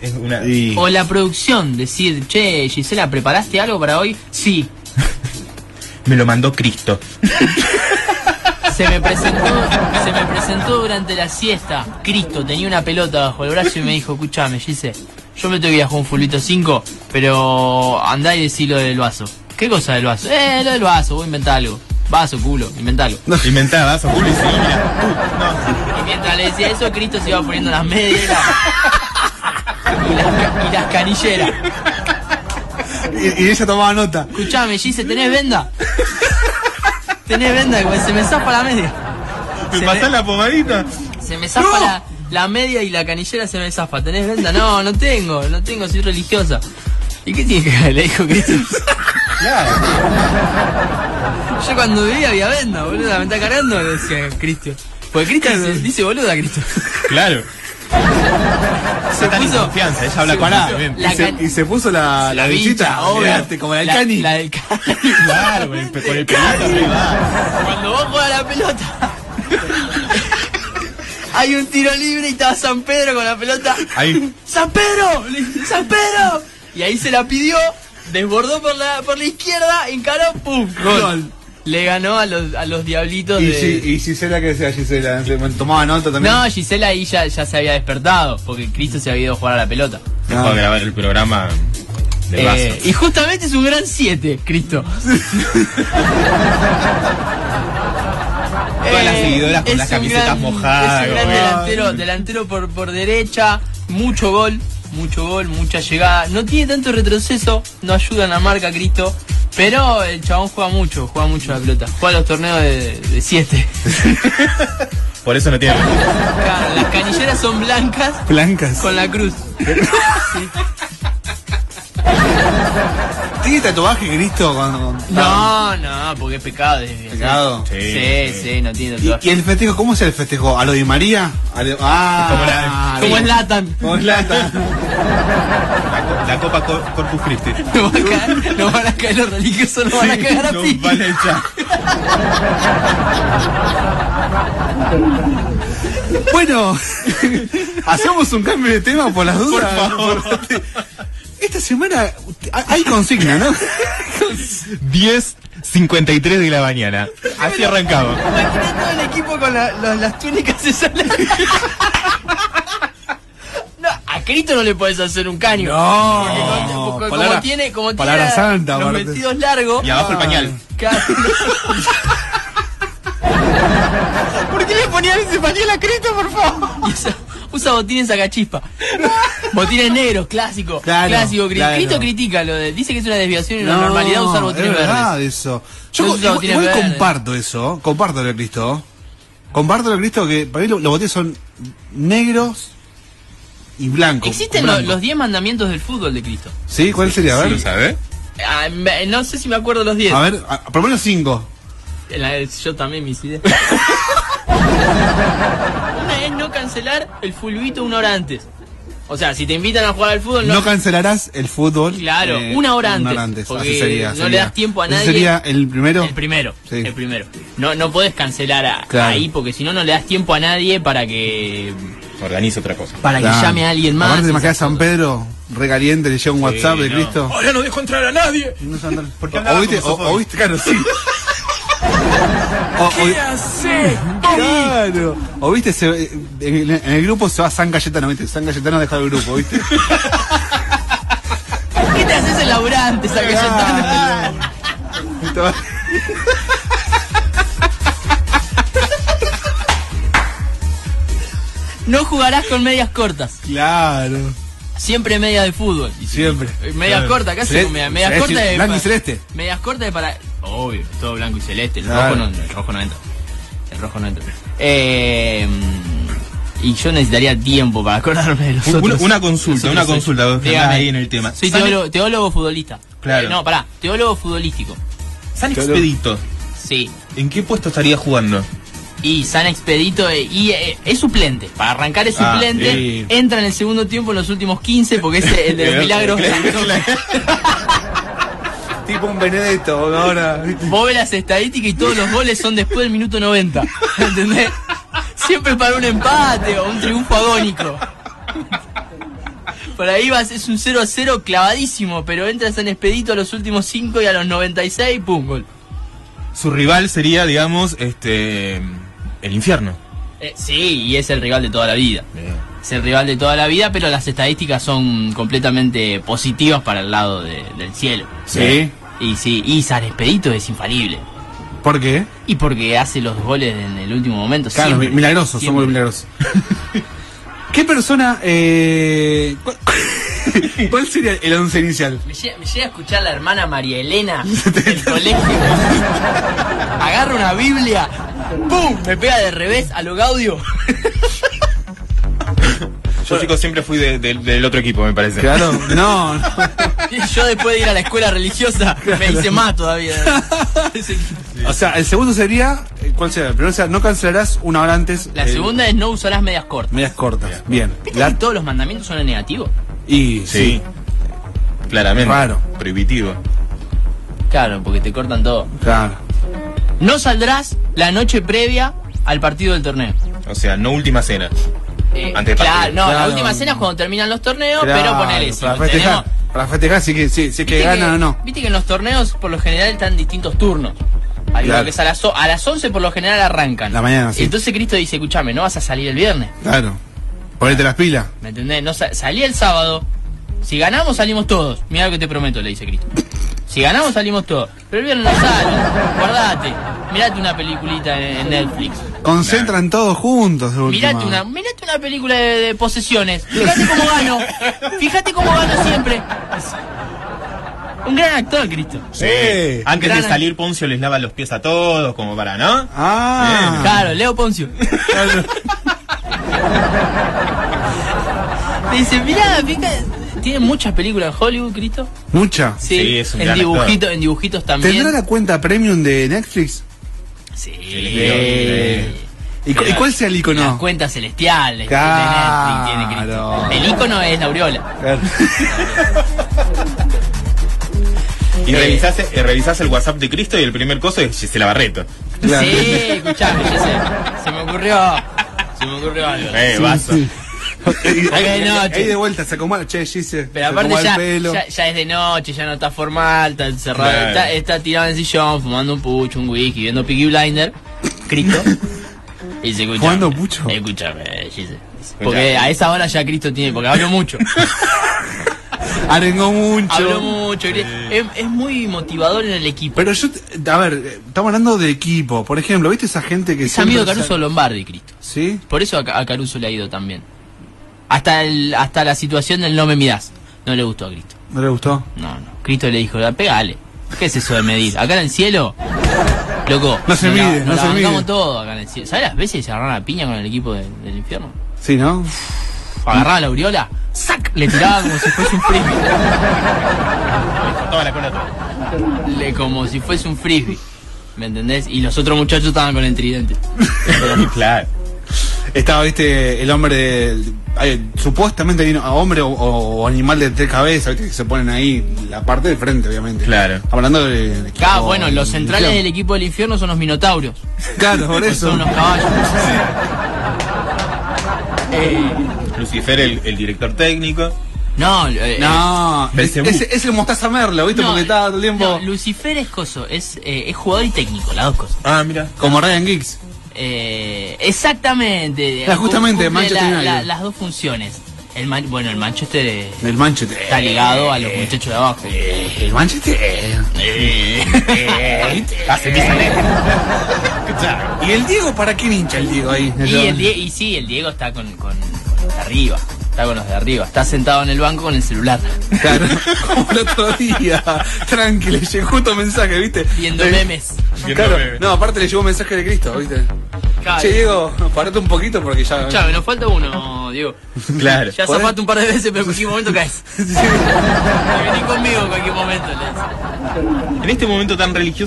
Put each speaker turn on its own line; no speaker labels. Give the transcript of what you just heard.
Es una- y-
O la producción, decir, che, Gisela, ¿preparaste algo para hoy? Sí,
Me lo mandó Cristo.
se me presentó, se me presentó durante la siesta. Cristo, tenía una pelota bajo el brazo y me dijo, escuchame, Gise, yo me tengo que ir a jugar un fulbito 5, pero andá y decí lo del vaso. ¿Qué cosa del vaso? Eh, lo del vaso, voy a inventar algo. Vaso, culo, inventalo.
Inventaba, vaso, culo y seguía.
Y mientras le decía eso, Cristo se iba poniendo las medias y la- y las, y las canilleras.
Y, y ella tomaba nota.
Escuchame, Gise, ¿tenés venda? ¿Tenés venda? Como Se me zapa la media.
¿Me
Se me-
pasás la pomadita?
Se me zafa
¡No!
la, la media y la canillera se me zafa. ¿Tenés venda? No, no tengo, no tengo, soy religiosa. ¿Y qué tiene que ver? Le dijo Cristo.
Claro.
Yo cuando vivía había venda, boluda, me está cargando, le decía Cristo. Porque Cristo dice, dice boluda, Cristo.
Claro. Se tan
puso-
confianza, ella habla
se
con
puso-
nada.
La
y, se,
can-
y se puso la, la, bichita,
obvio.
miraste, como la del
La-
cani.
La del cani.
Claro, con el, pe- con el pelito privado.
Cuando vos jugás a la pelota. Hay un tiro libre y estaba San Pedro con la pelota.
Ahí.
¡San Pedro! Le- ¡San Pedro! Y ahí se la pidió, desbordó por la, por la izquierda, encaró, ¡pum! Gol.
Gol.
Le ganó a los, a los diablitos
Y,
de.
Gi- y Gisela, que decía Gisela? Se- Tomaba nota también.
No, Gisela ahí ya, ya se había despertado, porque Cristo se había ido a jugar a la pelota.
Ah.
Dejó de grabar el programa de vaso.
Eh, y justamente es un gran 7, Cristo.
Todas las seguidoras con
Eh, es
las
un
camisetas
gran-
mojadas,
Es un gran
¿no?
delantero, delantero por, por derecha, mucho gol, mucho gol, mucha llegada. No tiene tanto retroceso, no ayuda en la marca Cristo, pero el chabón juega mucho, juega mucho la pelota. Juega los torneos de 7.
Por eso no tiene.
claro, las canilleras son blancas
Blancas.
con la cruz.
¿Tiene tatuaje Cristo? Cuando,
No, no, porque es pecado. es- es-
Pecado.
Sí, sí, no tiene
¿Y,
tatuaje.
y el festejo? ¿Cómo es el festejo? ¿A lo de María? ¿A lo- ah,
Como la-
Como
bien.
es Latan.
Como es lata.
La, co- la copa Cor- Corpus Christi.
No van a caer, no van a caer los religiosos, no van a caer a
No
ti.
vale ya.
bueno, hacemos un cambio de tema por las dudas.
Por favor.
Porque Esta semana hay consigna, ¿no?
10.53 de la mañana. Así arrancamos.
Imaginé todo el equipo con la- la- las túnicas esas No, a Cristo no le puedes hacer un caño. Porque con- co- como
palabra-
tiene, como tiene
palabra
la-
santa,
los
aparte.
vestidos largos.
Y abajo el pañal.
claro. ¿Por qué le ponían ese pañal a Cristo, por favor? usa botines sacachispa. Botines negros, clásico.
Claro,
clásico. Cri-
claro.
Cristo critica lo de. Dice que es una desviación y una normalidad usar botines
es
verdes.
verdad eso. Yo
No
co-
usa
igual,
botines
igual
verdes.
comparto eso, comparto lo de Cristo. Comparto lo de Cristo que para mí lo- los botines son negros y blancos.
Existen lo-
blancos.
los 10 mandamientos del fútbol de Cristo.
¿Sí? ¿Cuál sería? A ver,
¿Lo sabes?
Ah, me- no sé si me acuerdo los 10.
a ver, a- por lo menos cinco.
La- Yo también me hice. una es no cancelar el fulbito una hora antes. O sea, si te invitan a jugar al fútbol, no.
No cancelarás el fútbol. eh,
Claro, una hora antes, porque
Así sería,
no
sería.
le das tiempo a
Ese
nadie.
sería el primero.
el primero,
Sí.
el primero. No, no podés cancelar a-
Claro.
ahí porque si no, no le das tiempo a nadie para que
Organiza otra cosa.
para que
Claro.
llame a alguien más.
Aparte, te imaginas San Pedro, recaliente, le llega un WhatsApp de
no.
Cristo.
Ahora no dejo entrar a nadie.
No se andan-
Porque
o-
andaba
o viste-
como
o-
Sofobia.
o viste- claro, sí. O- o- Claro. O viste, se- eh, en, el- en el grupo se va San Cayetano, viste. San Cayetano deja el grupo, viste.
¿Por qué te haces el laburante, esa Cayetano?
Estaba-
No jugarás con medias cortas.
Claro.
Siempre medias de fútbol.
Siempre.
Medias cortas, casi
Cele-
con medias, medias
celeste,
cortas de
blanco y celeste.
Medias cortas de para. Obvio, todo blanco y celeste. El,
Claro.
rojo, no, el rojo no entra. El rojo no entra. Eh, y yo necesitaría tiempo para acordarme de los
Una,
otros.
una consulta,
Los
una
otros ocho.
consulta. vos que
Dígame.
andás ahí en el tema.
Soy
San,
teólogo, teólogo futbolista.
Claro.
Eh, no, pará, teólogo futbolístico.
San Expedito,
Sí.
¿en qué puesto estaría jugando?
Y San Expedito eh, y eh, es suplente. Para arrancar es
Ah,
suplente.
sí.
Entra en el segundo tiempo en los últimos 15 porque es el de los milagros.
Tipo un Benedetto, ahora. ¿viste?
Vos ves las estadísticas y todos los goles son después del minuto 90. ¿Entendés? Siempre para un empate o un triunfo agónico. Por ahí vas, es un 0 a 0 clavadísimo, pero entras en expedito a los últimos 5 y a los 96, pum, gol.
Su rival sería, digamos, este. El infierno.
Eh, sí, y es el rival de toda la vida. Es el rival de toda la vida, pero las estadísticas son completamente positivas para el lado de- del cielo.
Sí.
Y sí, y San Expedito es infalible.
¿Por qué?
Y porque hace los goles en el último momento.
Claro,
siempre,
mi- milagrosos,
siempre.
somos milagrosos. ¿Qué persona. eh, cu- ¿Cuál sería el once inicial?
Me llega, me llega a escuchar la hermana María Elena del colegio. Agarra una Biblia, ¡pum! Me pega de revés a lo Gaudio.
Yo, chicos, siempre fui de- de- del otro equipo, me parece.
Claro. No, no.
Yo después de ir a la escuela religiosa me hice más todavía.
O sea, el segundo sería. eh, ¿Cuál sería? El primero sería, no cancelarás una hora antes.
La
eh,
segunda es no usarás medias cortas.
Medias cortas. Bien.
¿Viste
La-
que todos los mandamientos son en negativo?
y
Sí.
sí.
Claramente.
Raro.
Prohibitivo.
Claro, porque te cortan todo.
Claro.
No saldrás la noche previa al partido del torneo.
O sea, no última cena. Antes del
claro,
partido.
no, la
Claro.
última cena es cuando terminan los torneos, pero
Claro,
ponele si
Para
tenemos-
festejar. Para festejar, si que, sí, sí que
Viste
gana
que-
o no.
Viste que en los torneos por lo general están distintos turnos. Hay uno
Claro.
que es a las, o- a las 11 por lo general arrancan.
La mañana, sí.
Entonces Cristo dice, escúchame, no vas a salir el viernes.
Claro. Ponete las pilas.
¿Me entendés? No, sa- salí el sábado. Si ganamos salimos todos. Mira lo que te prometo, le dice Cristo. Si ganamos salimos todos. Pero el viernes no sale. Guardate. Mirate una peliculita en, en Netflix.
Concentran todos juntos. de última.
Mirate una, mirate una película de, de posesiones. Fíjate cómo gano. Fíjate cómo gano siempre. Un gran actor, Cristo.
Sí.
Antes
Gran-
de salir, Poncio les lava los pies a todos, como para, ¿no?
Ah.
Claro, Leo Poncio. Me dice, mirá, fíjate, tiene muchas películas en Hollywood, Cristo.
Mucha.
Sí, es un
en
gran actor.
dibujitos, en dibujitos también.
¿Tendrá la cuenta premium de Netflix?
Sí.
¿Y, cu- y cuál sea el
Las
icono?
cuentas celestiales.
Claro.
Que tiene Netflix, tiene Cristo. El icono es la aureola.
Y
Eh.
revisás, eh, revisás el WhatsApp de Cristo y el primer coso es se la barreto.
Claro.
Sí, escuchame, ya sé. Se me ocurrió. Se me ocurrió algo.
Eh, vaso.
Y-
Acá de noche.
Ahí de vuelta se acomoda, che, Gise.
Pero
se
aparte
acomoda el
ya,
pelo.
ya, ya es de noche, ya no está formal, está encerrado,
Claro.
está, está tirado en el sillón, fumando un pucho, un whisky, viendo Peaky Blinder, Cristo. Y dice, escúchame,
¿Fumando pucho?
Escúchame, dice, Porque a esa hora ya Cristo tiene, porque hablo mucho.
Arengó mucho.
hablo mucho. gri- Es, es muy motivador en el equipo.
Pero yo, te- a ver, eh, estamos hablando de equipo. Por ejemplo, ¿viste esa gente que
es amigo de
siempre
Caruso
sale-
Lombardi, Cristo.
Sí.
Por eso a, Ca- a Caruso le ha ido también. Hasta, el, hasta la situación del no me mirás. No le gustó a Cristo.
¿No le gustó?
No, no. Cristo le dijo, "Ah, pegale. ¿Qué es eso de medir? Acá en el cielo, loco.
No se
nos
mide,
nos
no se
bancamos
mide.
todo acá en el cielo. ¿Sabes las veces que se agarraron la piña con el equipo de- del infierno?
Sí, ¿no?
Agarraba la aureola, ¡sac! Le tiraba como si fuese un frisbee.
Toma la cola toda.
Le- como si fuese un frisbee. ¿Me entendés? Y los otros muchachos estaban con el tridente.
claro.
Estaba, viste, el hombre. del- ay, supuestamente hay un hombre o, o animal de tres cabezas, viste, que se ponen ahí. La parte del frente, obviamente.
Claro.
Hablando de.
Acá, Ah, bueno, los centrales del equipo del infierno son los minotauros. Pues
Claro, por eso.
Son unos caballos.
Lucifer, el, el director técnico.
No, eh,
No, es,
Belcebú.
es, es el mostaza merlo, ¿viste?
no,
Porque estaba todo el tiempo.
no, Lucifer es coso, es, eh, es jugador y técnico, las dos cosas.
Ah, mira.
Como Ryan Giggs.
Eh, exactamente.
Ah, justamente,
Cumple
Manchester
la-
United.
la- Las dos funciones. El Man- bueno, el Manchester eh,
Del Manchester.
está ligado a los muchachos de abajo.
Eh, El Manchester.
Eh, Hace pizza negra.
¿Y el Diego para quién hincha el Diego ahí?
Y, el
eh.
Die- y sí, el Diego está con, con- con los de arriba. Está con los de arriba. Está sentado en el banco con el celular.
Claro, como el otro día. Tranqui, le llegó justo mensaje, ¿viste?
Viendo
Le-
memes.
Viendo
Claro,
memes.
no, aparte le llegó un mensaje de Cristo, ¿viste?
Claro.
Che, Diego, parate un poquito porque ya.
Chave, nos falta uno, Diego.
Claro.
Ya
¿Podés?
zapaste un par de veces, pero en cualquier momento caes.
Sí.
Vení conmigo en cualquier momento, le dice.
En este momento tan religioso.